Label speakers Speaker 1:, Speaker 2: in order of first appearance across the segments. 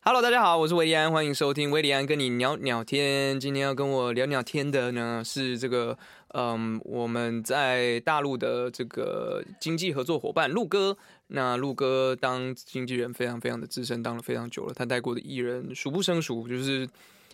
Speaker 1: Hello，大家好，我是维利安，欢迎收听维利安跟你聊聊天。今天要跟我聊聊天的呢是这个，嗯，我们在大陆的这个经济合作伙伴陆哥。那陆哥当经纪人非常非常的资深，当了非常久了，他带过的艺人数不胜数，就是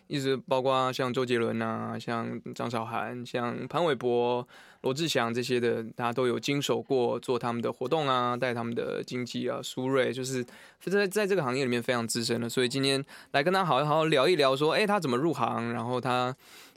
Speaker 1: 一直包括像周杰伦啊、像张韶涵、像潘玮柏、罗志祥这些的，他都有经手过做他们的活动啊，带他们的经纪啊，苏芮就是在在这个行业里面非常资深了，所以今天来跟他好好好聊一聊说，哎，他怎么入行，然后他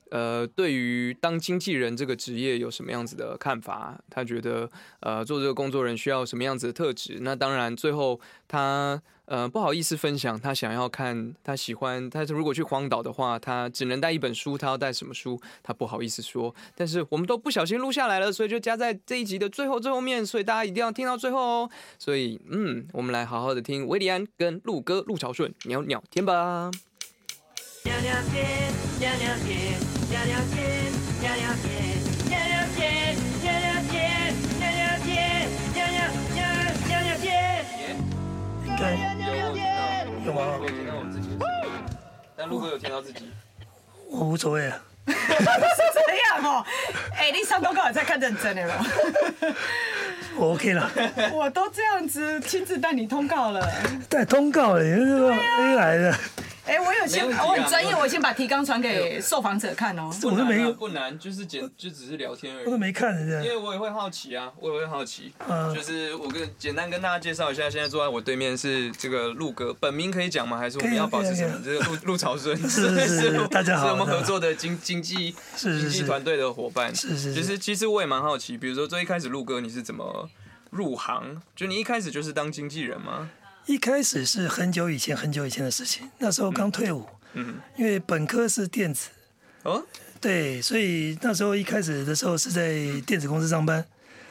Speaker 1: 呃对于当经纪人这个职业有什么样子的看法，他觉得呃做这个工作人需要什么样子的特质，那当然最后他呃不好意思分享，他想要看他喜欢，他如果去荒岛的话，他只能带一本书，他要带什么书，他不好意思说，但是我们都不小心录下来了，所以就加在这一集的最后最后面，所以大家一定要听到最后哦。所以，嗯，我们来好好的听维里安跟陆哥陆朝顺聊聊天吧。
Speaker 2: 聊聊天，聊聊天，聊聊天，聊聊天，聊聊天，聊聊天，聊聊天，聊聊聊聊聊天。聊聊天，
Speaker 1: 有吗？有听到我们自己的声音吗，但陆哥有听到自己。
Speaker 3: 我无所谓啊，
Speaker 4: 这样哦、哎、你上通告也在看认真的 了，
Speaker 3: 我 OK 啦。
Speaker 4: 我都这样子亲自带你通告了。
Speaker 3: 但通告哎、欸，这个 A 来的，
Speaker 4: 哎、我有先，
Speaker 1: 没问题啊
Speaker 4: 我很专业，我先把提纲传给受访者看哦、
Speaker 3: 我都没有，
Speaker 1: 不啊难，就是简就只是聊天而
Speaker 3: 我都
Speaker 1: 已。
Speaker 3: 没看人
Speaker 1: 因
Speaker 3: 家。
Speaker 1: 为我也会好奇啊，我也会好奇。
Speaker 3: 嗯
Speaker 1: 就是我跟简单跟大家介绍一下，现在坐在我对面是这个陆哥，本名可以讲吗？还是我们
Speaker 3: 可以啊
Speaker 1: 要保持什么？
Speaker 3: 可
Speaker 1: 这个陆陆朝顺
Speaker 3: 是是是大家 好
Speaker 1: 是我们
Speaker 3: 大家
Speaker 1: 合
Speaker 3: 好
Speaker 1: 作的经经济
Speaker 3: 是是
Speaker 1: 经济
Speaker 3: 是
Speaker 1: 团队的伙伴。
Speaker 3: 是是是
Speaker 1: 其实其实我也蛮好奇，比如说最一开始陆哥你是怎么入行？就你一开始就是当经纪人吗？
Speaker 3: 一开始是很久以前很久以前的事情，那时候刚退伍，嗯，因为本科是电子，
Speaker 1: 哦，
Speaker 3: 对，所以那时候一开始的时候是在电子公司上班。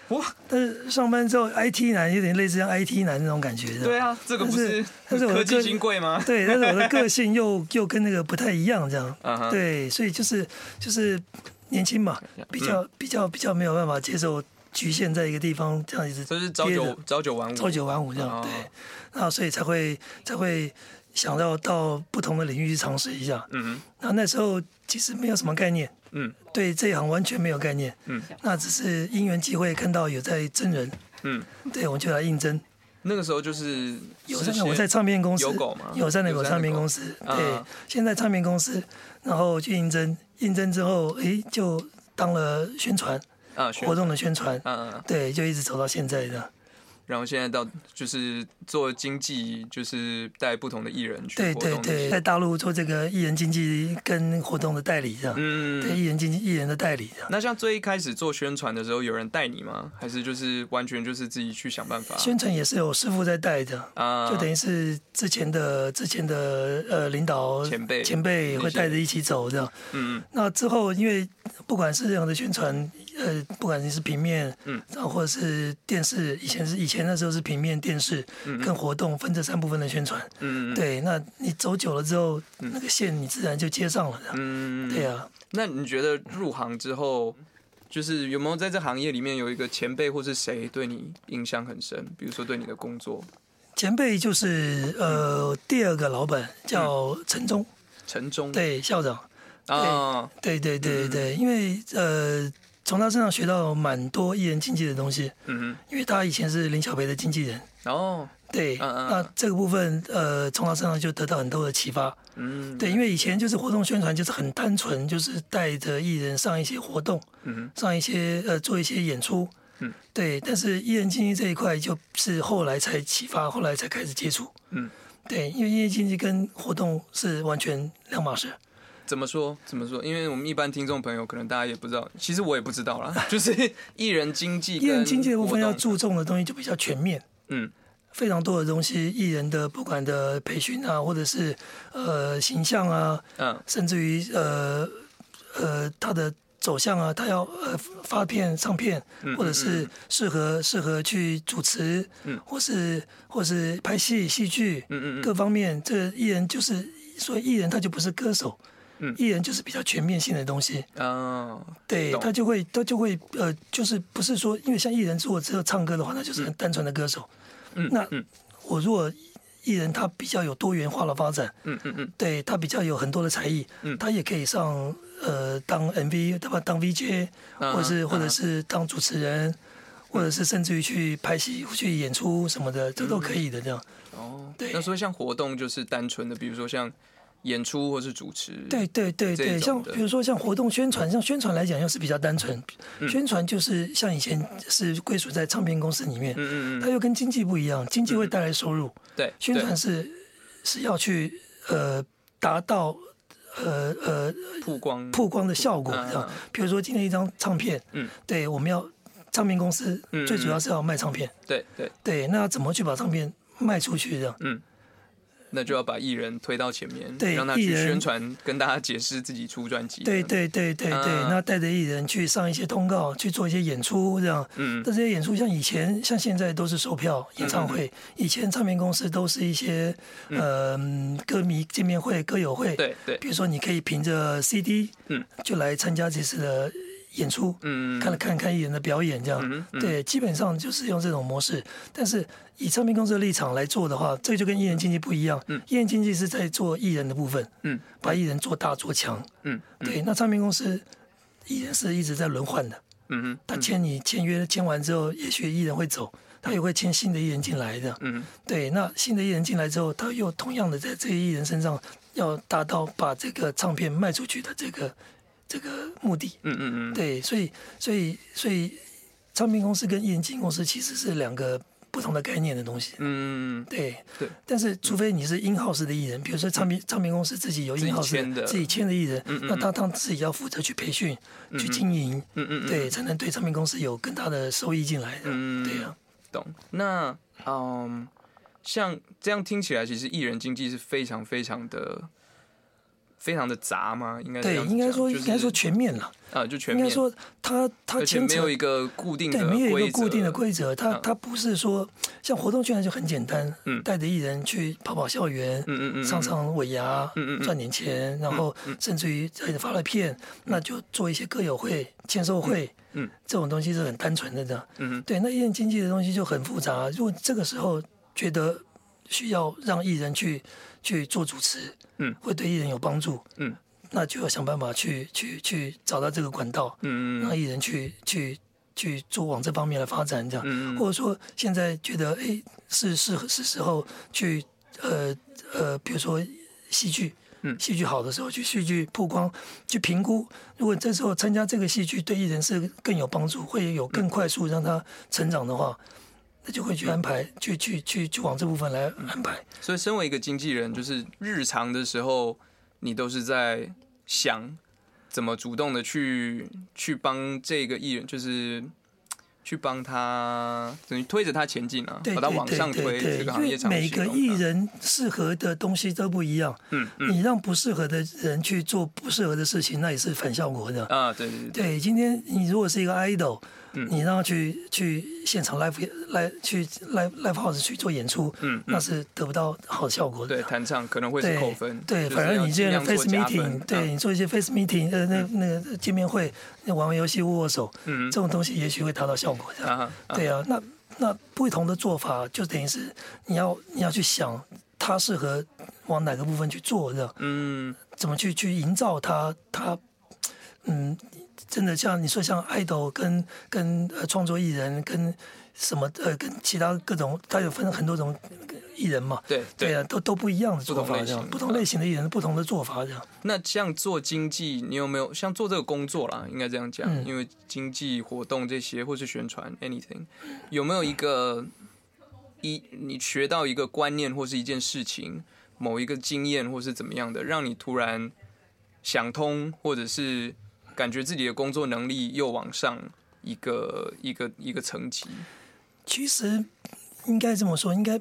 Speaker 1: 哇，
Speaker 3: 但是上班之后，IT 男有点类似像 IT 男那种感觉。
Speaker 1: 对
Speaker 3: 啊，
Speaker 1: 啊，这个
Speaker 3: 但
Speaker 1: 不
Speaker 3: 是但是我的
Speaker 1: 科技
Speaker 3: 个
Speaker 1: 新贵吗？
Speaker 3: 对，但是我的个性又又跟那个不太一样，这样
Speaker 1: 嗯哼嗯
Speaker 3: 对，所以就是就是年轻嘛，比较、比较比较没有办法接受局限在一个地方这样一直
Speaker 1: 这是朝
Speaker 3: 憋着
Speaker 1: 九朝九晚五，
Speaker 3: 朝九晚五这样，
Speaker 1: 哦
Speaker 3: 对，然后所以才会才会想到到不同的领域去尝试一下，
Speaker 1: 嗯
Speaker 3: 然后那时候其实没有什么概念，
Speaker 1: 嗯
Speaker 3: 对这一行完全没有概念，
Speaker 1: 嗯，
Speaker 3: 那只是因缘际会看到有在真人，
Speaker 1: 嗯，
Speaker 3: 对，我就来应征。
Speaker 1: 那个时候就是
Speaker 3: 友
Speaker 1: 是
Speaker 3: 善的
Speaker 1: 先
Speaker 3: 我在唱片公司，
Speaker 1: 有狗吗？
Speaker 3: 友善的
Speaker 1: 有
Speaker 3: 我唱片公司，
Speaker 1: 狗
Speaker 3: 对
Speaker 1: 啊，
Speaker 3: 现在唱片公司，然后去应征，应征之后，诶，就当了宣传
Speaker 1: 啊，学
Speaker 3: 活动的宣传，
Speaker 1: 嗯嗯，嗯
Speaker 3: 对，就一直走到现在的，
Speaker 1: 然后现在到就是做经济，就是带不同的艺人去
Speaker 3: 对
Speaker 1: 活
Speaker 3: 对
Speaker 1: 动
Speaker 3: 对，在大陆做这个艺人经纪跟活动的代理这样，对，
Speaker 1: 嗯，
Speaker 3: 艺人经纪艺人的代理这样。
Speaker 1: 那像最一开始做宣传的时候，有人带你吗？还是就是完全就是自己去想办法？
Speaker 3: 宣传也是有师傅在带的，
Speaker 1: 啊，
Speaker 3: 就等于是之前的之前的呃领导
Speaker 1: 前辈
Speaker 3: 前辈会带着一起走这样。
Speaker 1: 嗯
Speaker 3: 那之后，因为不管是任何的宣传，呃，不管你是平面，
Speaker 1: 嗯，
Speaker 3: 然后或者是电视，以前是以前那时候是平面、电视跟活动分这三部分的宣传，
Speaker 1: 嗯嗯嗯嗯
Speaker 3: 对，那你走久了之后，那个线你自然就接上了的，
Speaker 1: 嗯，
Speaker 3: 对啊，
Speaker 1: 那你觉得入行之后，就是有没有在这行业里面有一个前辈或是谁对你印象很深？比如说对你的工作，
Speaker 3: 前辈就是呃第二个老板叫陈忠，
Speaker 1: 陈忠
Speaker 3: 对，校长，
Speaker 1: 啊，
Speaker 3: 对对对对，
Speaker 1: 嗯
Speaker 3: 因为呃从他身上学到蛮多艺人经纪的东西，
Speaker 1: 嗯
Speaker 3: 因为他以前是林小培的经纪人。
Speaker 1: 哼，然后
Speaker 3: 对，
Speaker 1: 嗯嗯嗯
Speaker 3: 那这个部分，呃，从他身上就得到很多的启发。
Speaker 1: 嗯
Speaker 3: 对，因为以前就是活动宣传就是很单纯，就是带着艺人上一些活动，
Speaker 1: 嗯
Speaker 3: 上一些呃做一些演出，
Speaker 1: 嗯，
Speaker 3: 对。但是艺人经济这一块就是后来才启发，后来才开始接触，
Speaker 1: 嗯，
Speaker 3: 对，因为艺人经济跟活动是完全两码事。
Speaker 1: 怎么说？怎么说？因为我们一般听众朋友可能大家也不知道，其实我也不知道啦。 就是艺人经济，
Speaker 3: 艺人经济的部分要，注重的东西就比较全面，
Speaker 1: 嗯
Speaker 3: 非常多的东西，艺人的不管的培训啊，或者是呃形象啊，
Speaker 1: 嗯
Speaker 3: 甚至于呃呃他的走向啊，他要呃发片上片，或者是适合适合去主持，
Speaker 1: 嗯
Speaker 3: 或是或是拍戏戏剧，
Speaker 1: 嗯嗯嗯
Speaker 3: 各方面这艺人就是所以艺人他就不是歌手，
Speaker 1: 嗯
Speaker 3: 艺人就是比较全面性的东西，
Speaker 1: 啊，
Speaker 3: 对
Speaker 1: 懂
Speaker 3: 他就会他就会呃就是不是说因为像艺人如果只有唱歌的话，那就是很单纯的歌手，
Speaker 1: 嗯
Speaker 3: 那
Speaker 1: 嗯
Speaker 3: 我如果艺人他比较有多元化的发展，
Speaker 1: 嗯嗯嗯，
Speaker 3: 对他比较有很多的才艺，他也可以上呃当 MV，他吧当 VJ，
Speaker 1: 嗯
Speaker 3: 或者是
Speaker 1: 嗯
Speaker 3: 或者是当主持人，或者是甚至于去拍戏、去演出什么的，这
Speaker 1: 嗯
Speaker 3: 都可以的这样。
Speaker 1: 哦，
Speaker 3: 对
Speaker 1: 那所以像活动就是单纯的，比如说像演出或是主持，
Speaker 3: 对对对
Speaker 1: 嗯这种
Speaker 3: 对，像
Speaker 1: 的嗯
Speaker 3: 比如说像活动宣传，像宣传来讲又是比较单纯，嗯宣传就是像以前是归属在唱片公司里面，
Speaker 1: 嗯，嗯嗯
Speaker 3: 它又跟经济不一样，经济会带来收入，
Speaker 1: 对，
Speaker 3: 宣
Speaker 1: 对
Speaker 3: 传是是要去呃达到呃呃
Speaker 1: 曝光，
Speaker 3: 曝光的效果
Speaker 1: 嗯
Speaker 3: 这样
Speaker 1: 嗯。
Speaker 3: 比如说今天一张唱片，
Speaker 1: 嗯，
Speaker 3: 对，我们要唱片公司
Speaker 1: 嗯
Speaker 3: 最主要是要卖唱片，
Speaker 1: 对对，
Speaker 3: 对，那怎么去把唱片卖出去这样？
Speaker 1: 嗯，那就要把艺人推到前面，
Speaker 3: 对
Speaker 1: 让他
Speaker 3: 艺
Speaker 1: 去
Speaker 3: 人
Speaker 1: 宣传，跟大家解释自己出专辑，
Speaker 3: 对，对对对对，
Speaker 1: 嗯
Speaker 3: 那带着艺人去上一些通告，去做一些演出这样。
Speaker 1: 嗯
Speaker 3: 但这些演出像以前像现在都是售票演唱
Speaker 1: 嗯
Speaker 3: 会，以前唱片公司都是一些呃歌迷见面会、歌友会。
Speaker 1: 对对
Speaker 3: 比如说你可以凭着 CD，
Speaker 1: 嗯，
Speaker 3: 就来参加这次的演出，
Speaker 1: 嗯
Speaker 3: 看了看看艺人的表演这样。对，基本上就是用这种模式。但是以唱片公司的立场来做的话，这个就跟艺人经济不一样。艺人经济是在做艺人的部分，
Speaker 1: 嗯，
Speaker 3: 把艺人做大做强。
Speaker 1: 嗯
Speaker 3: 对，那唱片公司艺人是一直在轮换的，
Speaker 1: 嗯
Speaker 3: 他签你签约签完之后，也许艺人会走，他也会签新的艺人进来的。
Speaker 1: 嗯，
Speaker 3: 对，那新的艺人进来之后，他又同样的在这个艺人身上要达到把这个唱片卖出去的这个这个目的。
Speaker 1: 嗯嗯嗯，
Speaker 3: 对，所以所以所以，唱片公司跟艺人经纪公司其实是两个不同的概念的东西。
Speaker 1: 嗯
Speaker 3: 对，
Speaker 1: 对，嗯
Speaker 3: 但是除非你是 in house 的艺人，比如说唱片唱片公司自己有 in
Speaker 1: 签
Speaker 3: house
Speaker 1: 的
Speaker 3: 自己签的艺人，那他当然自己要负责去培训、去经营，
Speaker 1: 嗯嗯
Speaker 3: 对，才能对唱片公司有更大的收益进来的。
Speaker 1: 嗯
Speaker 3: 对啊呀、
Speaker 1: 懂。那嗯，像这样听起来，其实艺人经济是非常非常的。非常的杂吗？应该这
Speaker 3: 对，
Speaker 1: 样子
Speaker 3: 应该
Speaker 1: 讲
Speaker 3: 说
Speaker 1: 就
Speaker 3: 应该
Speaker 1: 是
Speaker 3: 说全面了，
Speaker 1: 啊，就全
Speaker 3: 应
Speaker 1: 面，
Speaker 3: 该说他他
Speaker 1: 而且
Speaker 3: 牵
Speaker 1: 没
Speaker 3: 扯
Speaker 1: 有一个固定的
Speaker 3: 对，没有一
Speaker 1: 规
Speaker 3: 个固定的
Speaker 1: 则
Speaker 3: 规则，它
Speaker 1: 嗯
Speaker 3: 它不是说像活动圈就很简单，
Speaker 1: 嗯
Speaker 3: 带着艺人去跑跑校园，
Speaker 1: 嗯嗯嗯
Speaker 3: 上上尾牙，
Speaker 1: 嗯嗯嗯嗯
Speaker 3: 赚点钱，然后甚至于呃发了片，那就做一些歌友会、签售会，
Speaker 1: 嗯嗯
Speaker 3: 这种东西是很单纯的这样，
Speaker 1: 嗯哼
Speaker 3: 对，那艺人经济的东西就很复杂，如果这个时候觉得需要让艺人去去做主持，
Speaker 1: 嗯
Speaker 3: 会对艺人有帮助，
Speaker 1: 嗯
Speaker 3: 那就要想办法去去去找到这个管道，
Speaker 1: 嗯嗯
Speaker 3: 让艺人去去去做往这方面的发展，这样，
Speaker 1: 嗯
Speaker 3: 或者说现在觉得哎是是是时候去呃呃，比如说戏剧，
Speaker 1: 嗯
Speaker 3: 戏剧好的时候去戏剧曝光，去评估，如果这时候参加这个戏剧对艺人是更有帮助，会有
Speaker 1: 嗯
Speaker 3: 更快速让他成长的话，那就会去安排，去去去去往这部分来安排。
Speaker 1: 所以，身为一个经纪人，就是日常的时候，你都是在想怎么主动的去去帮这个艺人，就是去帮他，等于推着他前进啊，
Speaker 3: 对
Speaker 1: 把他
Speaker 3: 对
Speaker 1: 往
Speaker 3: 对
Speaker 1: 上
Speaker 3: 对
Speaker 1: 推。
Speaker 3: 对
Speaker 1: 这个
Speaker 3: 因
Speaker 1: 行业
Speaker 3: 为
Speaker 1: 长期
Speaker 3: 每个
Speaker 1: 动
Speaker 3: 艺
Speaker 1: 荡，
Speaker 3: 人适合的东西都不一样。
Speaker 1: 嗯
Speaker 3: 你让不适合的人去做不适合的事情，那也是反效果的。
Speaker 1: 啊，对对对对，
Speaker 3: 对，今天你如果是一个 idol，、你
Speaker 1: 嗯
Speaker 3: 让他去去现场 live 来去 live live house 去做演出，
Speaker 1: 嗯嗯
Speaker 3: 那是得不到好效果的
Speaker 1: 对。弹唱可能会是
Speaker 3: 对
Speaker 1: 扣分，
Speaker 3: 对，
Speaker 1: 就是
Speaker 3: 反
Speaker 1: 要
Speaker 3: 正你这
Speaker 1: 尽
Speaker 3: 样
Speaker 1: 量
Speaker 3: 的
Speaker 1: 做
Speaker 3: face
Speaker 1: 加分嗯啊
Speaker 3: meeting，对，你做一些 face meeting，呃，那那个见面会，玩玩游戏、握握手，
Speaker 1: 嗯
Speaker 3: 这种东西也许会达到效果这样。
Speaker 1: 啊啊
Speaker 3: 对啊，那那不同的做法就等于是你要你要去想它适合往哪个部分去做这样，
Speaker 1: 嗯
Speaker 3: 怎么去去营造它它嗯，真的像你说像爱豆跟跟呃创作艺人跟什么呃跟其他各种，它有分很多种艺人嘛。
Speaker 1: 对
Speaker 3: 对啊，都都不一样的做
Speaker 1: 不
Speaker 3: 法，
Speaker 1: 同类
Speaker 3: 这样
Speaker 1: 型
Speaker 3: 不同类型的艺人，不同的做法，这样。
Speaker 1: 那像做经济，你有没有像做这个工作啦？应该这样讲，
Speaker 3: 嗯
Speaker 1: 因为经济活动这些，或是宣传 anything，有没有一个一你学到一个观念或是一件事情，某一个经验或是怎么样的，让你突然想通，或者是感觉自己的工作能力又往上一个一个一个层级？
Speaker 3: 其实应该这么说，应该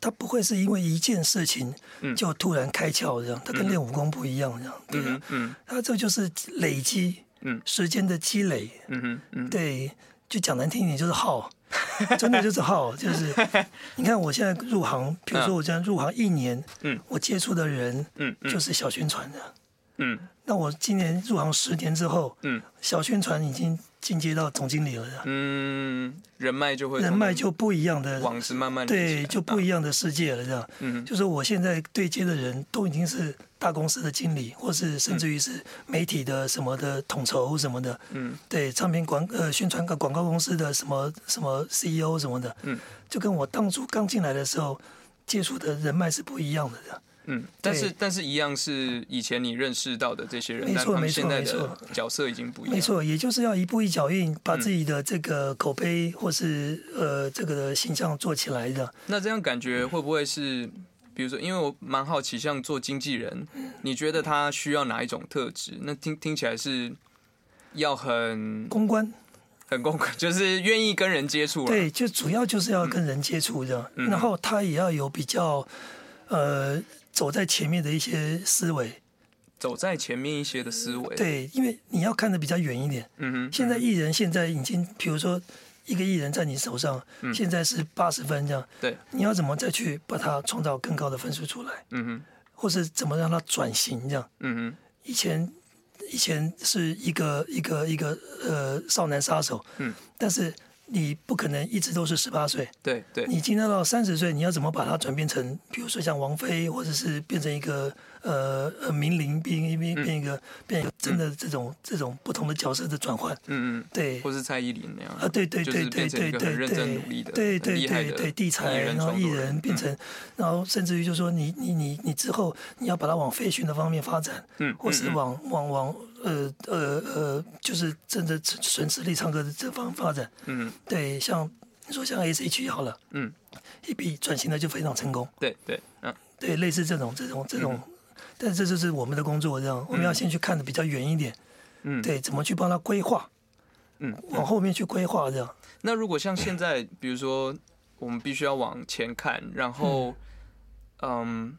Speaker 3: 他不会是因为一件事情
Speaker 1: 嗯
Speaker 3: 就突然开窍这样，他跟练武功不一样这样，对啊
Speaker 1: 嗯，嗯
Speaker 3: 他这就是累积，
Speaker 1: 嗯
Speaker 3: 时间的积累，
Speaker 1: 嗯哼嗯
Speaker 3: 对，就讲难听一点就是耗， 真的就 是耗，就是你看我现在入行，比如说我现在入行一年，
Speaker 1: 嗯
Speaker 3: 我接触的人，
Speaker 1: 嗯嗯
Speaker 3: 就是小宣传的，
Speaker 1: 嗯
Speaker 3: 那我今年入行十年之后，
Speaker 1: 嗯
Speaker 3: 小宣传已经进阶到总经理了啦，
Speaker 1: 嗯，人脉就会
Speaker 3: 人脉就不一样的，
Speaker 1: 网子慢慢连起
Speaker 3: 对，
Speaker 1: 来啊
Speaker 3: 就不一样的世界了，这样。
Speaker 1: 嗯
Speaker 3: 就是我现在对接的人都已经是大公司的经理，或是甚至于是媒体的什么的统筹什么的，
Speaker 1: 嗯，
Speaker 3: 对，唱片广呃宣传广告公司的什么什么 CEO 什么的，
Speaker 1: 嗯，
Speaker 3: 就跟我当初刚进来的时候接触的人脉是不一样的这样。
Speaker 1: 嗯，但是
Speaker 3: 对
Speaker 1: 但是一样是以前你认识到的这些人，
Speaker 3: 没
Speaker 1: 但
Speaker 3: 错
Speaker 1: 他们
Speaker 3: 没错
Speaker 1: 现在
Speaker 3: 没
Speaker 1: 的
Speaker 3: 错
Speaker 1: 角色已经不一样，嗯
Speaker 3: 没，错，也就是要一步一脚印，把自己的这个口碑或是呃这个的形象做起来的。
Speaker 1: 那这样感觉会不会是，比如说，因为我蛮好奇，像做经纪人，你觉得他需要哪一种特质？那听听起来是要很
Speaker 3: 公关
Speaker 1: 很公开， 就是愿意跟人接触啦。啊
Speaker 3: 对，就主要就是要跟人接触这样，
Speaker 1: 嗯
Speaker 3: 然后他也要有比较呃走在前面的一些思维。
Speaker 1: 走在前面一些的思维。，
Speaker 3: 对，因为你要看得比较远一点。
Speaker 1: 嗯哼，
Speaker 3: 现在艺人现在已经，比如说一个艺人在你手上，现在是八十分这样，
Speaker 1: 嗯对，
Speaker 3: 你要怎么再去把它创造更高的分数出来，
Speaker 1: 嗯哼，
Speaker 3: 或是怎么让它转型这样？
Speaker 1: 嗯
Speaker 3: 以前以前是一个一个一个呃少男杀手，
Speaker 1: 嗯，
Speaker 3: 但是你不可能一直都是十八岁，
Speaker 1: 哼，对对，
Speaker 3: 你今天到三十岁，你要怎么把它转变成，比如说像王菲，或者是变成一个呃呃名伶，变变变变一个变一个真的这种这种不同的角色的转换，
Speaker 1: 嗯嗯，
Speaker 3: 对。
Speaker 1: 或是蔡依林那样
Speaker 3: 啊，对对
Speaker 1: 就
Speaker 3: 对
Speaker 1: 是
Speaker 3: 对
Speaker 1: 变成一
Speaker 3: 对
Speaker 1: 个
Speaker 3: 对
Speaker 1: 很认真努力的、
Speaker 3: 对
Speaker 1: 很
Speaker 3: 对
Speaker 1: 厉害
Speaker 3: 对
Speaker 1: 的
Speaker 3: 对地
Speaker 1: 艺
Speaker 3: 才，
Speaker 1: 人
Speaker 3: 然后
Speaker 1: 创
Speaker 3: 艺
Speaker 1: 作
Speaker 3: 人变成，然后甚至于就说你你你你之后你要把它往飞讯的方面发展，
Speaker 1: 嗯
Speaker 3: 或是
Speaker 1: 嗯嗯
Speaker 3: 往往往呃呃呃，就是真的纯实力唱歌的这方发展，
Speaker 1: 嗯
Speaker 3: 对，像你说像 S H E 好了，
Speaker 1: 嗯，
Speaker 3: 一笔转型的就非常成功，
Speaker 1: 对对，嗯
Speaker 3: 对，类似这种这种这种，但这就是我们的工作，这样我们要先去看的比较远一点，
Speaker 1: 嗯，
Speaker 3: 对，怎么去帮他规划，
Speaker 1: 嗯，
Speaker 3: 往后面去规划这样，
Speaker 1: 那如果像现在，比如说我们必须要往前看，然后，嗯，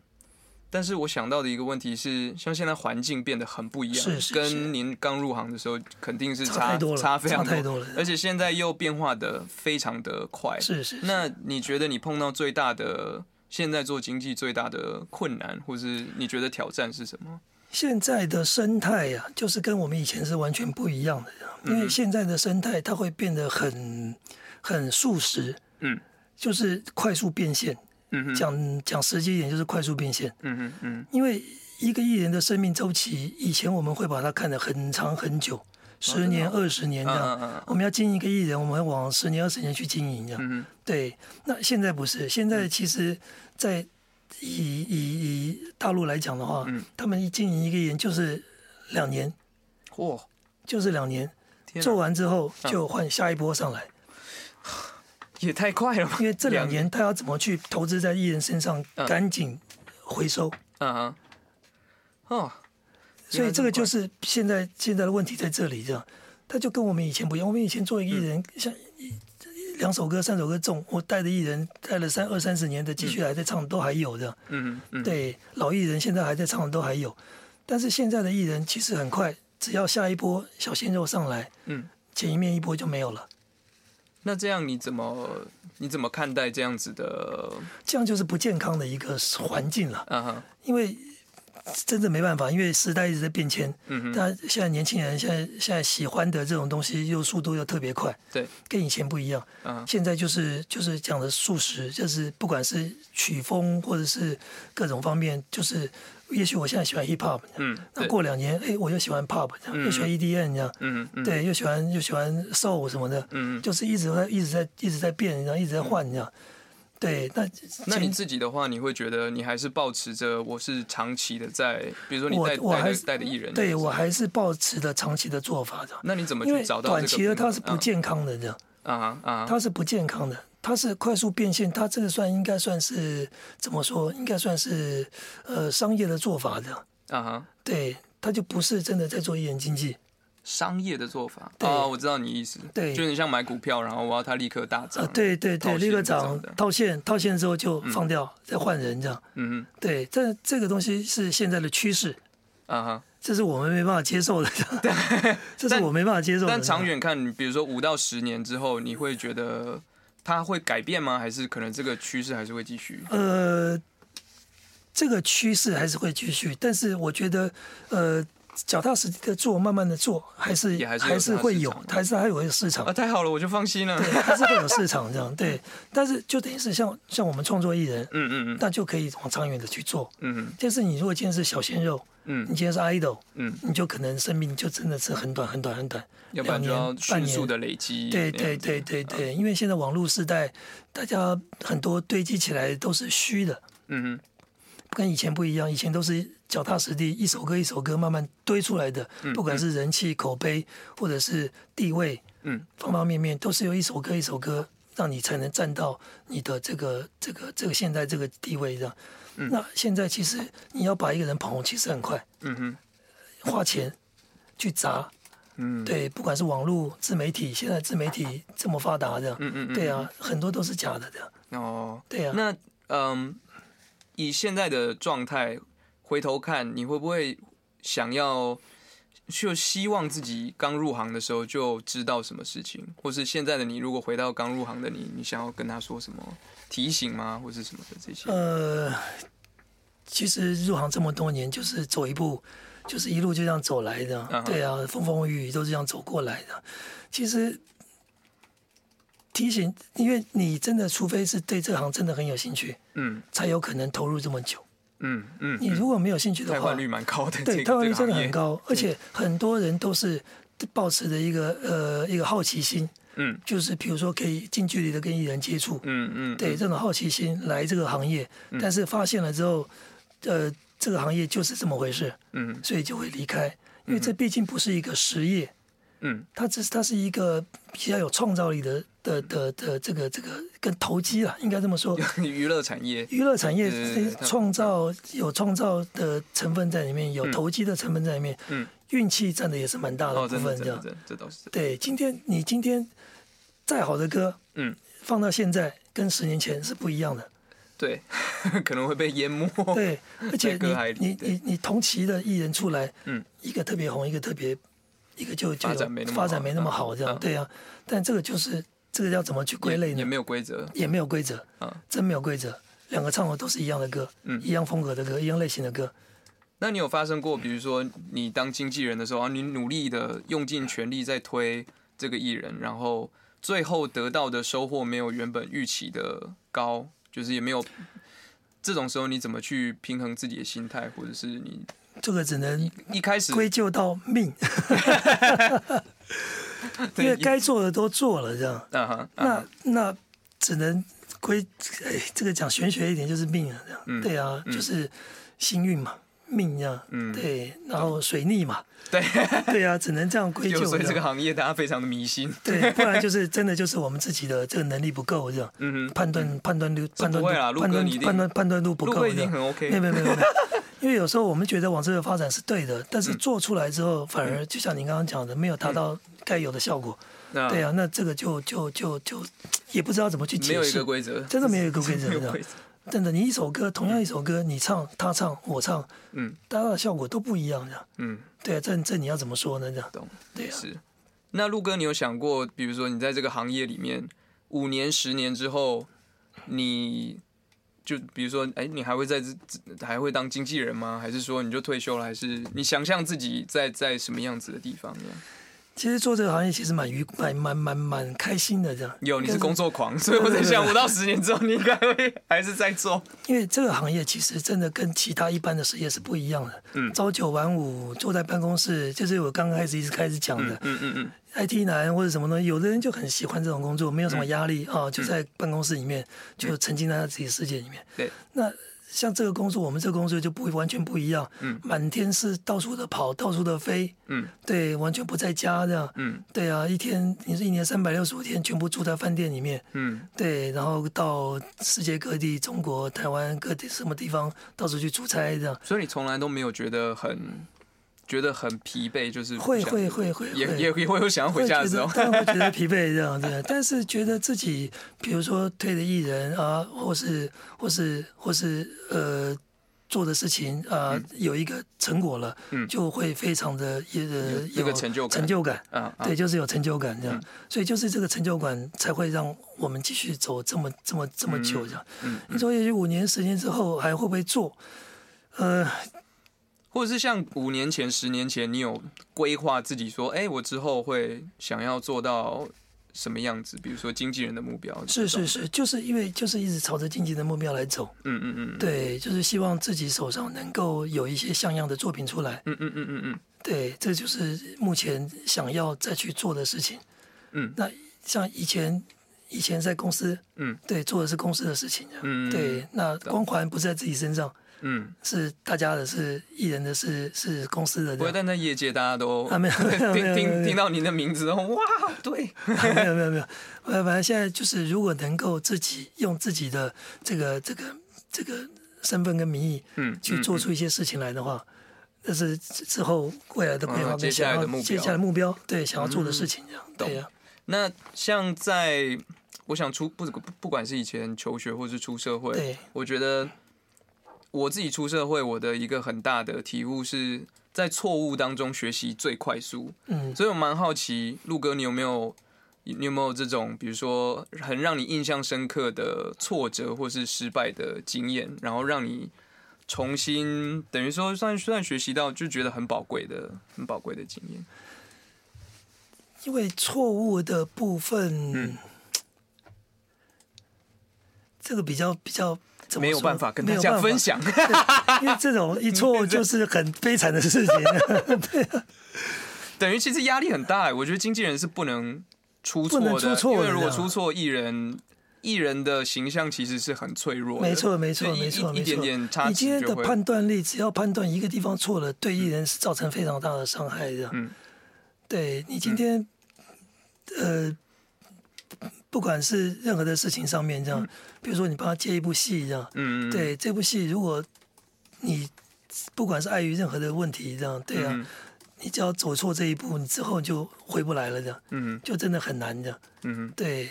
Speaker 1: 但是我想到的一个问题是，像现在环境变得很不一样，
Speaker 3: 是是是
Speaker 1: 跟您刚入行的时候肯定是
Speaker 3: 差
Speaker 1: 差
Speaker 3: 太多了
Speaker 1: 非常
Speaker 3: 差太多了
Speaker 1: 而且现在又变化的非常的快。
Speaker 3: 是是是
Speaker 1: 那你觉得你碰到最大的现在做经济最大的困难，或是你觉得挑战是什么？
Speaker 3: 现在的生态呀、就是跟我们以前是完全不一样的，
Speaker 1: 嗯
Speaker 3: 因为现在的生态它会变得很很速食，
Speaker 1: 嗯
Speaker 3: 就是快速变现，
Speaker 1: 嗯哼，
Speaker 3: 讲讲实际一点就是快速变现，
Speaker 1: 嗯哼嗯
Speaker 3: 因为一个艺人的生命周期，以前我们会把它看得很长很久，十年、二十年这
Speaker 1: 嗯嗯嗯嗯
Speaker 3: 样。我们要经营一个艺人，我们会往十年、二十年去经营这样。
Speaker 1: 嗯
Speaker 3: 对，那现在不是，现在其实，在以以以大陆来讲的话，
Speaker 1: 嗯
Speaker 3: 他们一经营一个艺人就是两年，
Speaker 1: 哼，哇、
Speaker 3: 就是两年，
Speaker 1: 天
Speaker 3: 做
Speaker 1: 啊，
Speaker 3: 完之后就换下一波上来。
Speaker 1: 也太快了吧！
Speaker 3: 因为这两，年他要怎么去投资在艺人身上，
Speaker 1: 嗯
Speaker 3: 赶紧回收。
Speaker 1: 嗯哼，哦。
Speaker 3: 所以这个就是现在现在的问题在这里，这样，他就跟我们以前不一样。我们以前做艺
Speaker 1: 嗯
Speaker 3: 人，像一两首歌、三首歌中，我带的艺人带了三二三十年的，继续还在唱，都还有的。
Speaker 1: 嗯嗯，
Speaker 3: 对，老艺人现在还在唱，都还有。但是现在的艺人其实很快，只要下一波小鲜肉上来，
Speaker 1: 嗯，
Speaker 3: 前一面一波就没有了，
Speaker 1: 那这样你怎么你怎么看待这样子的？
Speaker 3: 这样就是不健康的一个环境了。
Speaker 1: 嗯哼，
Speaker 3: 因为真的没办法，因为时代一直在变迁。
Speaker 1: 嗯哼
Speaker 3: 但现在年轻人现在现在喜欢的这种东西又速度又特别快，
Speaker 1: 对，
Speaker 3: 跟以前不一样。
Speaker 1: 嗯
Speaker 3: 现在就是就是讲的素食，就是不管是曲风或者是各种方面，就是也许我现在喜欢 hip hop，
Speaker 1: 嗯
Speaker 3: 那
Speaker 1: 对
Speaker 3: 过两年哎我又喜欢 pop，这样又喜欢 EDM 这样，
Speaker 1: 嗯嗯，
Speaker 3: 对，又喜欢又喜欢 soul 什么的，
Speaker 1: 嗯
Speaker 3: 就是一直在一直在一直在变，然后一直在换这样。对，那
Speaker 1: 那你
Speaker 3: 前
Speaker 1: 自己的话，你会觉得你还是保持着我是长期的在，比如说你带
Speaker 3: 我我
Speaker 1: 带
Speaker 3: 还
Speaker 1: 的
Speaker 3: 是
Speaker 1: 带的艺人，
Speaker 3: 对我还是保持的长期的做法的，
Speaker 1: 那你怎么
Speaker 3: 因
Speaker 1: 去
Speaker 3: 为
Speaker 1: 找到
Speaker 3: 短期的
Speaker 1: 他
Speaker 3: 它是不健康的，这样
Speaker 1: 啊啊，
Speaker 3: 它是不健康的，它是快速变现，它这个算应该算是怎么说？应该算是呃商业的做法的，
Speaker 1: 啊哈，
Speaker 3: 对，它就不是真的在做艺人经济。
Speaker 1: 商业的做法
Speaker 3: 对
Speaker 1: 哦，我知道你意思，
Speaker 3: 对
Speaker 1: 就你像买股票，然后我要它立刻大
Speaker 3: 啊
Speaker 1: 涨，，
Speaker 3: 对对
Speaker 1: 嗯套
Speaker 3: 对，
Speaker 1: 现
Speaker 3: 立刻
Speaker 1: 这种
Speaker 3: 涨
Speaker 1: 的
Speaker 3: 套现，套现之后就放掉，再换人这样。
Speaker 1: 嗯
Speaker 3: 对，这这个东西是现在的趋势，
Speaker 1: 哼啊哈，
Speaker 3: 这是我们没办法接受的， 这是
Speaker 1: 但
Speaker 3: 我没办法接受的。
Speaker 1: 但长远看，比如说五到十年之后，你会觉得它会改变吗？还是可能这个趋势还是会继续？
Speaker 3: 呃，这个趋势还是会继续，但是我觉得，呃，脚踏实地的做，慢慢的做，还是
Speaker 1: 也还是有它的
Speaker 3: 会
Speaker 1: 市
Speaker 3: 有
Speaker 1: 场，
Speaker 3: 还是还有一个市场
Speaker 1: 啊，。太好了，我就放心了。
Speaker 3: 对，还是会
Speaker 1: 哦
Speaker 3: 有市场这样。对，但是就等于是像像我们创作艺人，
Speaker 1: 嗯嗯
Speaker 3: 那就可以往长远的去做。
Speaker 1: 嗯
Speaker 3: 但是你如果今天是小鲜肉，
Speaker 1: 嗯
Speaker 3: 你今天是 idol，
Speaker 1: 嗯，
Speaker 3: 你就可能生命就真的是很短很短很短，
Speaker 1: 要不然就
Speaker 3: 两
Speaker 1: 要
Speaker 3: 年
Speaker 1: 迅速。
Speaker 3: 半
Speaker 1: 的
Speaker 3: 年
Speaker 1: 累积。
Speaker 3: 对对对对对，
Speaker 1: 嗯
Speaker 3: 因为现在网络时代，大家很多堆积起来都是虚的，
Speaker 1: 嗯嗯
Speaker 3: 跟以前不一样，以前都是脚踏实地，一首歌一首歌慢慢堆出来的，不管是人气、口碑，或者是地位，
Speaker 1: 嗯，
Speaker 3: 方方面面，都是由一首歌一首歌，让你才能站到你的这个这个这个现在这个地位上。那现在其实你要把一个人捧红，其实很快，
Speaker 1: 嗯哼
Speaker 3: 花钱去砸，
Speaker 1: 嗯
Speaker 3: 对，不管是网络、自媒体，现在自媒体这么发达，这样，
Speaker 1: 嗯嗯嗯
Speaker 3: 对啊，很多都是假的，这样，
Speaker 1: 哦，
Speaker 3: 对啊。
Speaker 1: 那嗯，以现在的状态回头看，你会不会想要就希望自己刚入行的时候就知道什么事情，或是现在的你如果回到刚入行的你，你想要跟他说什么提醒吗，或是什么的这些？
Speaker 3: 呃，其实入行这么多年，就是走一步，就是一路就这样走来的。
Speaker 1: 嗯哼
Speaker 3: 对啊，风风雨雨都是这样走过来的。其实提醒，因为你真的，除非是对这行真的很有兴趣，
Speaker 1: 嗯
Speaker 3: 才有可能投入这么久。
Speaker 1: 嗯嗯，
Speaker 3: 你如果没有兴趣的
Speaker 1: 汰
Speaker 3: 话，
Speaker 1: 换率蛮高的，这
Speaker 3: 对，
Speaker 1: 个
Speaker 3: 台湾率
Speaker 1: 这
Speaker 3: 真
Speaker 1: 个
Speaker 3: 的
Speaker 1: 行业嗯
Speaker 3: 很高，而且很多人都是抱持着一个呃一个好奇心，
Speaker 1: 嗯
Speaker 3: 就是比如说可以近距离的跟艺人接触，
Speaker 1: 嗯嗯，
Speaker 3: 对这种好奇心来这个行业，但是发现了之后，呃，这个行业就是这么回事，
Speaker 1: 嗯
Speaker 3: 所以就会离开，因为这毕竟不是一个实业，
Speaker 1: 嗯
Speaker 3: 它只是它是一个比较有创造力的的的的这个这个跟投机啊，应该这 么说，
Speaker 1: 嗯，娱乐产业，
Speaker 3: 娱乐产业
Speaker 1: 对对对它
Speaker 3: 创造有创造的成分在里面，有
Speaker 1: 嗯
Speaker 3: 投机的成分在里面，
Speaker 1: 嗯，
Speaker 3: 运气占的也是蛮大的
Speaker 1: 哦，
Speaker 3: 部
Speaker 1: 真的
Speaker 3: 分，
Speaker 1: 真
Speaker 3: 这
Speaker 1: 的
Speaker 3: 样
Speaker 1: 真的，这倒是真的，
Speaker 3: 对。今天你今天再好的歌
Speaker 1: 嗯，
Speaker 3: 放到现在，跟十年前是不一样的。
Speaker 1: 对， 可能会被淹没，
Speaker 3: 对，而且
Speaker 1: 在歌海里
Speaker 3: 你你
Speaker 1: 对
Speaker 3: 你你同期的艺人出来，
Speaker 1: 嗯，
Speaker 3: 一个特别红，一个特别，一个就就
Speaker 1: 发
Speaker 3: 有
Speaker 1: 展没那么
Speaker 3: 发展
Speaker 1: 好
Speaker 3: 没那么
Speaker 1: 嗯
Speaker 3: 好，这样
Speaker 1: 嗯
Speaker 3: 对啊。但这个就是这个要怎么去归类
Speaker 1: 也
Speaker 3: 呢
Speaker 1: 没？有规则，
Speaker 3: 也没有规则，
Speaker 1: 嗯，
Speaker 3: 真没有规则。两个唱的都是一样的歌，
Speaker 1: 嗯
Speaker 3: 一样风格的歌，一样类型的歌，
Speaker 1: 那你有发生过，比如说你当经纪人的时候，然后啊你努力的用尽全力在推这个艺人，然后最后得到的收获没有原本预期的高，就是也没有。这种时候你怎么去平衡自己的心态，或者是你
Speaker 3: 这个只能
Speaker 1: 一开始
Speaker 3: 归咎到命， 因为
Speaker 1: 对
Speaker 3: 该做的都做了，这样，
Speaker 1: 啊哈啊
Speaker 3: 那
Speaker 1: 哈
Speaker 3: 那只能归，哎，这个讲玄学一点就是命啊，这样，对啊，就是幸运嘛，命这样，
Speaker 1: 嗯
Speaker 3: 对，然后水逆嘛，
Speaker 1: 对，
Speaker 3: 对啊，只能这样归咎
Speaker 1: 就所以
Speaker 3: 这
Speaker 1: 这个
Speaker 3: 样。
Speaker 1: 行业大家非常的迷信，
Speaker 3: 对，不然就是真的就是我们自己的这个能力不够这样，
Speaker 1: 嗯哼
Speaker 3: 判断判断率判断
Speaker 1: 不会啦
Speaker 3: 度
Speaker 1: 陆
Speaker 3: 判
Speaker 1: 哥
Speaker 3: 断
Speaker 1: 你一定
Speaker 3: 判断判断度不
Speaker 1: 陆
Speaker 3: 够
Speaker 1: 哥
Speaker 3: 这
Speaker 1: 一定
Speaker 3: 样，
Speaker 1: 很 OK
Speaker 3: 没有没有没有没有，因为有时候我们觉得往这个发展是对的，但是
Speaker 1: 嗯
Speaker 3: 做出来之后反而就像您刚刚讲的，没有达到该有的效果。
Speaker 1: 那
Speaker 3: 对啊，那这个就就就就也不知道怎么去
Speaker 1: 没
Speaker 3: 解
Speaker 1: 有一
Speaker 3: 释
Speaker 1: 个。规则，
Speaker 3: 真的没有一个规 则
Speaker 1: 没有
Speaker 3: 的
Speaker 1: 规则，
Speaker 3: 真的，你一首歌同样一首歌，你唱他唱我唱，
Speaker 1: 嗯
Speaker 3: 达到的效果都不一样的。
Speaker 1: 嗯。
Speaker 3: 对啊，这这你要怎么说呢？这样
Speaker 1: 懂，
Speaker 3: 对啊
Speaker 1: 是。那陆哥，你有想过，比如说你在这个行业里面五年、十年之后，你就比如说，哎、你还会在这这还会当经纪人吗？还是说你就退休了？还是你想象自己在在什么样子的地方呢？
Speaker 3: 其实做这个行业其实蛮愉蛮蛮蛮蛮开心的，这样。
Speaker 1: 有，你是
Speaker 3: 但
Speaker 1: 工，作狂，所以 我在想，五到十年之后，你应该会还是在做。
Speaker 3: 因为这个行业其实真的跟其他一般的事业是不一样的。
Speaker 1: 嗯
Speaker 3: 朝九晚五，坐在办公室，就是我刚开始一直开始讲的、
Speaker 1: 嗯嗯嗯
Speaker 3: IT 男或者什么东西，有的人就很喜欢这种工作，没有什么压力、
Speaker 1: 嗯
Speaker 3: 啊，就在办公室里面，就沉浸在他自己世界里面。
Speaker 1: 对，
Speaker 3: 那像这个工作，我们这个工作就不完全不一样，
Speaker 1: 嗯
Speaker 3: 满天是到处的跑，到处的飞，
Speaker 1: 嗯
Speaker 3: 对，完全不在家这样。
Speaker 1: 嗯
Speaker 3: 对啊，一天你是一年三百六十五天全部住在饭店里面，
Speaker 1: 嗯
Speaker 3: 对，然后到世界各地，中国、台湾各地什么地方，到处去出差这样。
Speaker 1: 所以你从来都没有觉得很觉得很疲惫，就是
Speaker 3: 会
Speaker 1: 想
Speaker 3: 会会会
Speaker 1: 也
Speaker 3: 会
Speaker 1: 也也会有想要回家的时候
Speaker 3: 会。觉得当然会觉得疲惫这样对啊，但是觉得自己，比如说推的艺人啊，或是或是或是呃做的事情啊、有一个成果了，
Speaker 1: 嗯
Speaker 3: 就会非常的也
Speaker 1: 有
Speaker 3: 呃
Speaker 1: 那个成就感
Speaker 3: 成就感。
Speaker 1: 啊啊
Speaker 3: 对，就是有成就感这样，
Speaker 1: 嗯
Speaker 3: 所以就是这个成就感才会让我们继续走这么这么这么久这样。
Speaker 1: 嗯嗯
Speaker 3: 你说也许五年、十年之后还会不会做？呃，
Speaker 1: 或者是像五年前、十年前，你有规划自己说，哎、我之后会想要做到什么样子？比如说经纪人的目标这种，
Speaker 3: 是是是，就是因为就是一直朝着经济的目标来走，
Speaker 1: 嗯，嗯嗯嗯，，
Speaker 3: 对，就是希望自己手上能够有一些像样的作品出来，
Speaker 1: 嗯嗯嗯嗯嗯，
Speaker 3: 对，这就是目前想要再去做的事情。
Speaker 1: 嗯
Speaker 3: 那像以前以前在公司，
Speaker 1: 嗯
Speaker 3: 对，做的是公司的事情，
Speaker 1: 嗯
Speaker 3: 对，那光环不是在自己身上，
Speaker 1: 嗯，
Speaker 3: 是大家的，是艺人的，是是公司的
Speaker 1: 不
Speaker 3: 这
Speaker 1: 过
Speaker 3: 样。
Speaker 1: 但在业界大家都
Speaker 3: 啊没有没有没
Speaker 1: 听
Speaker 3: 有没
Speaker 1: 听
Speaker 3: 有
Speaker 1: 听到您的名字哦，哇，对，
Speaker 3: 没有没有没有，呃，反正现在就是如果能够自己用自己的这个这个这个身份跟名义，
Speaker 1: 嗯
Speaker 3: 去做出一些事情来的话，那是之后未来的规划
Speaker 1: 嗯接
Speaker 3: 跟
Speaker 1: 下
Speaker 3: 想
Speaker 1: 来的
Speaker 3: 要
Speaker 1: 目标嗯
Speaker 3: 接下来目标，对想要做的事情这样，
Speaker 1: 懂
Speaker 3: 对呀、
Speaker 1: 那像在我想出不不管是以前求学或是出社会
Speaker 3: 对，
Speaker 1: 我觉得我自己出社会，我的一个很大的体悟是在错误当中学习最快速。
Speaker 3: 嗯，
Speaker 1: 所以我蛮好奇，陆哥，你有没有你有没有这种，比如说很让你印象深刻的挫折或是失败的经验，然后让你重新等于说算算学习到，就觉得很宝贵的、很宝贵的经验。
Speaker 3: 因为错误的部分，
Speaker 1: 嗯
Speaker 3: 这个比较比较怎么
Speaker 1: 没有
Speaker 3: 说
Speaker 1: 办法跟
Speaker 3: 没
Speaker 1: 大
Speaker 3: 有
Speaker 1: 家
Speaker 3: 办法
Speaker 1: 分享，
Speaker 3: 因为这种 一错就是很悲惨的事情，
Speaker 1: 等于其实压力很大欸。我觉得经纪人是不能出错
Speaker 3: 不能
Speaker 1: 的，
Speaker 3: 出错
Speaker 1: 因为
Speaker 3: 的
Speaker 1: 如果
Speaker 3: 啊
Speaker 1: 出错，艺人艺人的形象其实是很脆弱的。
Speaker 3: 没错，没错，
Speaker 1: 所以一
Speaker 3: 没错，
Speaker 1: 一一
Speaker 3: 没
Speaker 1: 点
Speaker 3: 错。
Speaker 1: 点差
Speaker 3: 你今
Speaker 1: 池
Speaker 3: 天
Speaker 1: 就
Speaker 3: 的
Speaker 1: 会。嗯
Speaker 3: 判断力，只要判断一个地方错了，对艺人是造成非常大的伤害的。
Speaker 1: 嗯，
Speaker 3: 对你今天，呃，不管是任何的事情上面，这样，比如说你帮他接一部戏，这样，
Speaker 1: 嗯嗯，嗯，嗯
Speaker 3: 对这部戏，如果你不管是碍于任何的问题，这样，对啊，
Speaker 1: 嗯
Speaker 3: 你只要走错这一步，你之后就回不来了，这样，
Speaker 1: 嗯
Speaker 3: 就真的很难的。
Speaker 1: 嗯
Speaker 3: 对，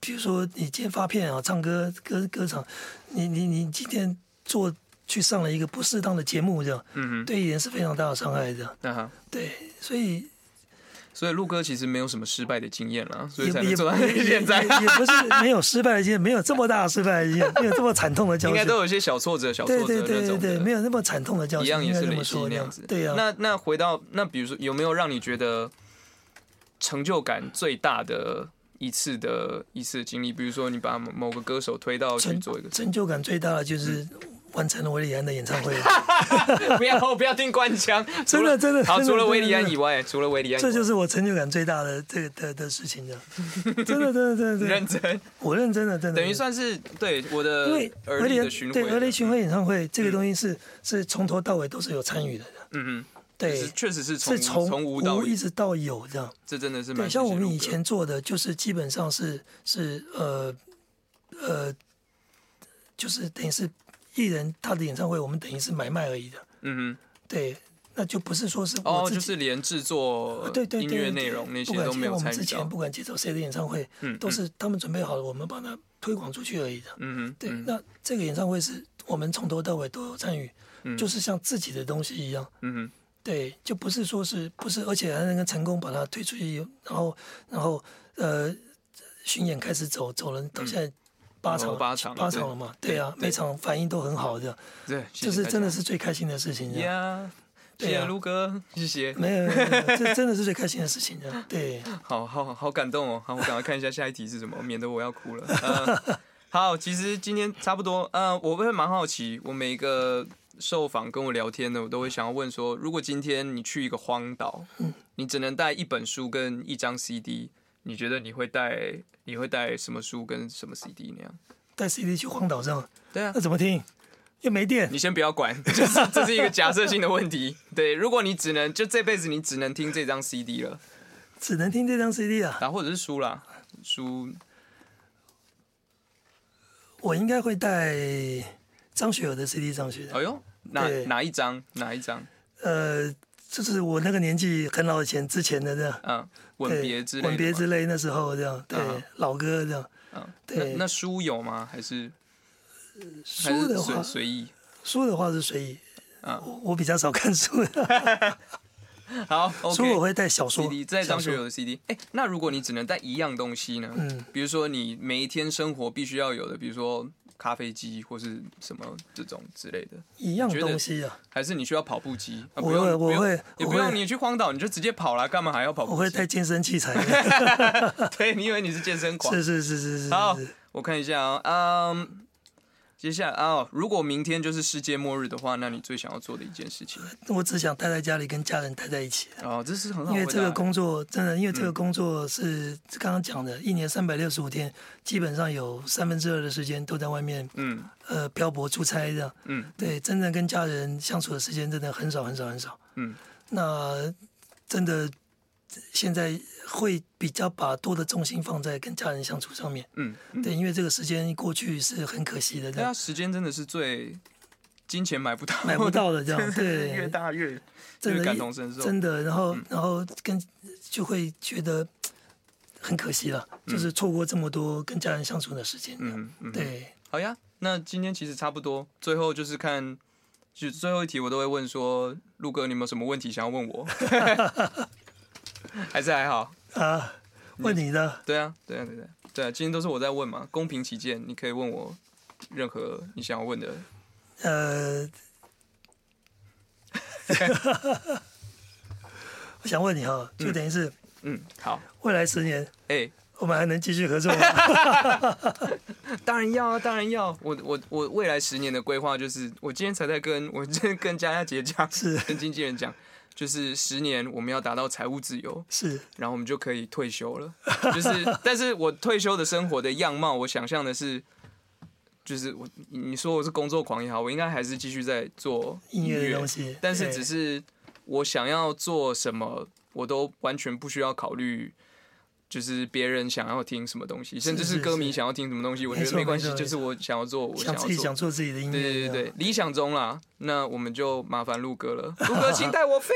Speaker 3: 比如说你今天发片啊，唱歌歌歌唱，你你你今天做去上了一个不适当的节目，这样
Speaker 1: 嗯嗯，
Speaker 3: 对艺人是非常大的伤害的。
Speaker 1: 那好。
Speaker 3: 对，所以
Speaker 1: 所以陆哥其实没有什么失败的经验啦，所
Speaker 3: 也
Speaker 1: 以才
Speaker 3: 也
Speaker 1: 能
Speaker 3: 也
Speaker 1: 做 到现在。
Speaker 3: 也也不是没有失败的经验，没有这么大的失败的经验，没有这么 惨痛的教
Speaker 1: 应
Speaker 3: 训
Speaker 1: 该。都有一些小挫折、小挫
Speaker 3: 对对
Speaker 1: 折
Speaker 3: 对
Speaker 1: 那
Speaker 3: 对
Speaker 1: 种
Speaker 3: 对，没
Speaker 1: 的，
Speaker 3: 有那么惨痛的教
Speaker 1: 一
Speaker 3: 训，
Speaker 1: 样也
Speaker 3: 应该
Speaker 1: 是
Speaker 3: 这
Speaker 1: 累
Speaker 3: 么
Speaker 1: 积
Speaker 3: 说
Speaker 1: 那
Speaker 3: 这
Speaker 1: 样
Speaker 3: 样
Speaker 1: 子。
Speaker 3: 对啊呀、
Speaker 1: 那那回到那，比如说有没有让你觉得成就感最大的一次的一次经历？比如说你把某某个歌手推到去
Speaker 3: 成
Speaker 1: 做一个，嗯
Speaker 3: 成就感最大的就是完成了维里安的演 唱会。
Speaker 1: 哎不要不要听官腔，除了
Speaker 3: 真的真的
Speaker 1: 好，
Speaker 3: 真的
Speaker 1: 除了维里安
Speaker 3: 真的
Speaker 1: 以外，除了维里安以
Speaker 3: 这
Speaker 1: 外，
Speaker 3: 就是我成就感最大的这个的的事情的，真的真的真的 真
Speaker 1: 认
Speaker 3: 的，
Speaker 1: 真，
Speaker 3: 我认真的真的。
Speaker 1: 等于算是对我的
Speaker 3: 因为
Speaker 1: 儿
Speaker 3: 俄
Speaker 1: 女
Speaker 3: 联
Speaker 1: 的巡回
Speaker 3: 对
Speaker 1: 的，
Speaker 3: 俄联巡回演唱会这个东西是是从头到尾都是有参与的，
Speaker 1: 嗯嗯，是
Speaker 3: 对，
Speaker 1: 确实是从
Speaker 3: 是从
Speaker 1: 从无到
Speaker 3: 一
Speaker 1: 有，
Speaker 3: 直到有这样。
Speaker 1: 这真的是蛮
Speaker 3: 对，像
Speaker 1: 谢谢
Speaker 3: 我们
Speaker 1: 陆
Speaker 3: 以
Speaker 1: 哥
Speaker 3: 前做的就是基本上是是呃呃，就是等于是艺人他的演唱会，我们等于是买卖而已的，
Speaker 1: 嗯哼。
Speaker 3: 对，那就不是说是
Speaker 1: 哦
Speaker 3: 我，自
Speaker 1: 就
Speaker 3: 己。啊
Speaker 1: 是连制作
Speaker 3: 对对
Speaker 1: 音
Speaker 3: 对
Speaker 1: 乐
Speaker 3: 对
Speaker 1: 内容那
Speaker 3: 不
Speaker 1: 些
Speaker 3: 管
Speaker 1: 都
Speaker 3: 今
Speaker 1: 没
Speaker 3: 天
Speaker 1: 有
Speaker 3: 我
Speaker 1: 参
Speaker 3: 们
Speaker 1: 与
Speaker 3: 之前
Speaker 1: 到。
Speaker 3: 不管接受谁的演唱会，
Speaker 1: 嗯
Speaker 3: 都
Speaker 1: 嗯
Speaker 3: 是他们准备好了，我们帮他推广出去而已的。
Speaker 1: 嗯哼，
Speaker 3: 对，
Speaker 1: 嗯
Speaker 3: 那这个演唱会是我们从头到尾都有参与，
Speaker 1: 嗯
Speaker 3: 就是像自己的东西一样。
Speaker 1: 嗯哼，
Speaker 3: 对，就不是说是不是，而且还能够成功把它推出去，然后然后呃，巡演开始走走了，到现在八场、
Speaker 1: 哦八嗯场了
Speaker 3: 八场了嘛？
Speaker 1: 对
Speaker 3: 对啊，
Speaker 1: 对
Speaker 3: 每场反应都很好的，
Speaker 1: 对，
Speaker 3: 这是真的是最开心的事情这样。
Speaker 1: 呀，谢
Speaker 3: 对
Speaker 1: 谢
Speaker 3: 啊
Speaker 1: 卢哥，谢谢，
Speaker 3: 没有，没有没有这真的是最开心的事情的。对，
Speaker 1: 好好好感动哦。好，我赶快看一下下一题是什么， 免得我要哭了。呃好，其实今天差不多，呃，我会蛮好奇，我每一个受访跟我聊天的，我都会想要问说，如果今天你去一个荒岛，你只能带一本书跟一张 CD，你觉得你会带你会带什么书跟什么 CD 那样？
Speaker 3: 带 CD 去荒岛上，
Speaker 1: 对啊
Speaker 3: 那，怎么听？又没电
Speaker 1: 你，先不要管， 就是这是一个假设性的问题。对，如果你只能就这辈子你只能听这张 CD 了，
Speaker 3: 只能听这张 CD 啊。
Speaker 1: 啊，或者是书啦，书，
Speaker 3: 我应该会带张学友的 CD 上去的。
Speaker 1: 哎呦，哪
Speaker 3: 对
Speaker 1: 哪一张？哪一张？
Speaker 3: 呃，就是我那个年纪很老以前之前的这样，
Speaker 1: 嗯，
Speaker 3: 对
Speaker 1: 吻别之类的吗，
Speaker 3: 吻别之类那时候这样，对，
Speaker 1: 嗯
Speaker 3: 老歌这样。
Speaker 1: 嗯，那
Speaker 3: 对
Speaker 1: 那书有吗？还是还
Speaker 3: 书
Speaker 1: 是
Speaker 3: 的
Speaker 1: 随
Speaker 3: 话，
Speaker 1: 随意？
Speaker 3: 书的话是随意。
Speaker 1: 嗯
Speaker 3: 我我比较少看书的，
Speaker 1: 好
Speaker 3: 书我
Speaker 1: ，OK。
Speaker 3: 会带小说
Speaker 1: CD，在张学
Speaker 3: 小
Speaker 1: 友的 CD，哎、那如果你只能带一样东西呢？
Speaker 3: 嗯
Speaker 1: 比如说你每一天生活必须要有的，比如说咖啡机或是什么这种之类的，
Speaker 3: 一样
Speaker 1: 你觉得
Speaker 3: 东西啊。
Speaker 1: 还是你需要跑步机？啊、
Speaker 3: 我
Speaker 1: 不用
Speaker 3: 会
Speaker 1: 不用
Speaker 3: 我会
Speaker 1: 也
Speaker 3: 我
Speaker 1: 不用
Speaker 3: 会
Speaker 1: 你去荒岛你就直接跑了，干嘛还要跑步机？
Speaker 3: 我会带健身器材，
Speaker 1: 对你以为你是健身狂？
Speaker 3: 是是是是是
Speaker 1: 好
Speaker 3: 是，，
Speaker 1: 我看一下啊、嗯，接下来啊、如果明天就是世界末日的话，那你最想要做的一件事情？
Speaker 3: 我只想待在家里跟家人待在一起，
Speaker 1: 哦，这是很好
Speaker 3: 因
Speaker 1: 回答，
Speaker 3: 为这个工作真的，因为
Speaker 1: 嗯
Speaker 3: 这个工作是刚刚讲的，一年三百六十五天，基本上有三分之二的时间都在外面，
Speaker 1: 嗯
Speaker 3: 呃，漂泊出差这样。
Speaker 1: 嗯
Speaker 3: 对，真正跟家人相处的时间真的很少很少很少。
Speaker 1: 嗯，
Speaker 3: 那真的现在会比较把多的重心放在跟家人相处上面。
Speaker 1: 嗯，
Speaker 3: 对，因为这个时间过去是很可惜的，这
Speaker 1: 对啊，
Speaker 3: 样
Speaker 1: 时间真的是最金钱买不到，
Speaker 3: 买不，到 的这样。
Speaker 1: 越
Speaker 3: 对，
Speaker 1: 大越
Speaker 3: 真
Speaker 1: 越
Speaker 3: 的
Speaker 1: 感同身受，嗯
Speaker 3: 真的，然后然后跟就会觉得很可惜了，就是错过这么多跟家人相处的时间。
Speaker 1: 嗯嗯，
Speaker 3: 对，
Speaker 1: 好呀，那今天其实差不多，最后就是看，就最后一题我都会问说，陆哥你有没有什么问题想要问我？ 还是还好，
Speaker 3: 啊，问你的，
Speaker 1: 对啊，对啊，对啊，对啊，今天都是我在问嘛，公平起见，你可以问我任何你想要问的。
Speaker 3: 呃，我想问你哈，就等于是
Speaker 1: 嗯，好，
Speaker 3: 未来十年
Speaker 1: 哎、
Speaker 3: 我们还能继续合作 吗？
Speaker 1: 当然要啊，当然要。我我我未来十年的规划就是，我今天才在跟 我今天跟佳佳姐讲，
Speaker 3: 是
Speaker 1: 跟经纪人讲，就是十年我们要达到财务自由，
Speaker 3: 是
Speaker 1: 然后我们就可以退休了。 就是，但是我退休的生活的样貌，我想象的是，就是我你说我是工作狂也好，我应该还是继续在做
Speaker 3: 音乐
Speaker 1: 乐
Speaker 3: 的东西，
Speaker 1: 但是
Speaker 3: 对
Speaker 1: 只是我想要做什么，我都完全不需要考虑，就是别人想要听什么东西，甚至是
Speaker 3: 是
Speaker 1: 歌迷
Speaker 3: 是
Speaker 1: 想要听什么东西，我觉
Speaker 3: 没
Speaker 1: 得
Speaker 3: 错
Speaker 1: 没关系
Speaker 3: 没，错
Speaker 1: 就是我想要做，我
Speaker 3: 想
Speaker 1: 要
Speaker 3: 自己想
Speaker 1: 做。
Speaker 3: 做自己的音乐，
Speaker 1: 对对对
Speaker 3: 这
Speaker 1: 对
Speaker 3: 样，，
Speaker 1: 理想中啦，那我们就麻烦陆哥了。陆哥，请带我飞。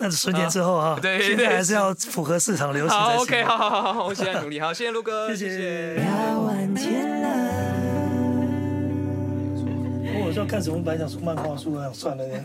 Speaker 3: 那十年之后哈，
Speaker 1: 啊对对
Speaker 3: 现
Speaker 1: 对
Speaker 3: 在还是要符合市场流行才
Speaker 1: 好
Speaker 3: 行。
Speaker 1: ，OK，好好好好，我现在努力。好，谢谢陆哥，
Speaker 3: 谢谢
Speaker 1: 谢。
Speaker 5: 聊完天了，
Speaker 3: 我说看什么，本来想说漫画书，我想算了呢。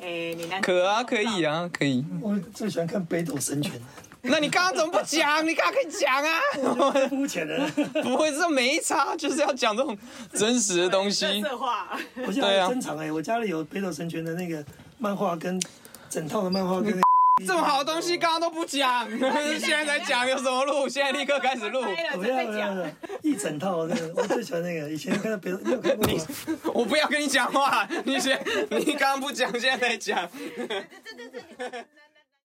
Speaker 4: 哎，你来
Speaker 1: 可啊，可以啊，可以。
Speaker 3: 我最喜欢看北斗神拳，
Speaker 1: 那你刚刚怎么不讲？你刚刚可以讲啊！
Speaker 3: 肤浅的。
Speaker 1: 不会，这没差，就是要讲这种真实的东 西。
Speaker 4: 色话，
Speaker 3: 我现
Speaker 1: 对
Speaker 3: 在
Speaker 1: 啊
Speaker 3: 还珍藏哎，我家里有北斗神拳的那个漫画跟整套的漫画
Speaker 1: 嗯
Speaker 3: 跟。
Speaker 1: 这么好的东西刚刚都不 讲，现在才讲有什么录？现在立刻开始录。
Speaker 4: 开了
Speaker 3: 不
Speaker 4: 再
Speaker 3: 要不要
Speaker 4: 再
Speaker 3: 不
Speaker 4: 讲。
Speaker 3: 要！一整套那个，我最喜欢那个。以前看到北斗，你有看过吗？
Speaker 1: 我不要跟你讲话，你先，你刚刚不讲，现在才讲。
Speaker 4: 这这这这。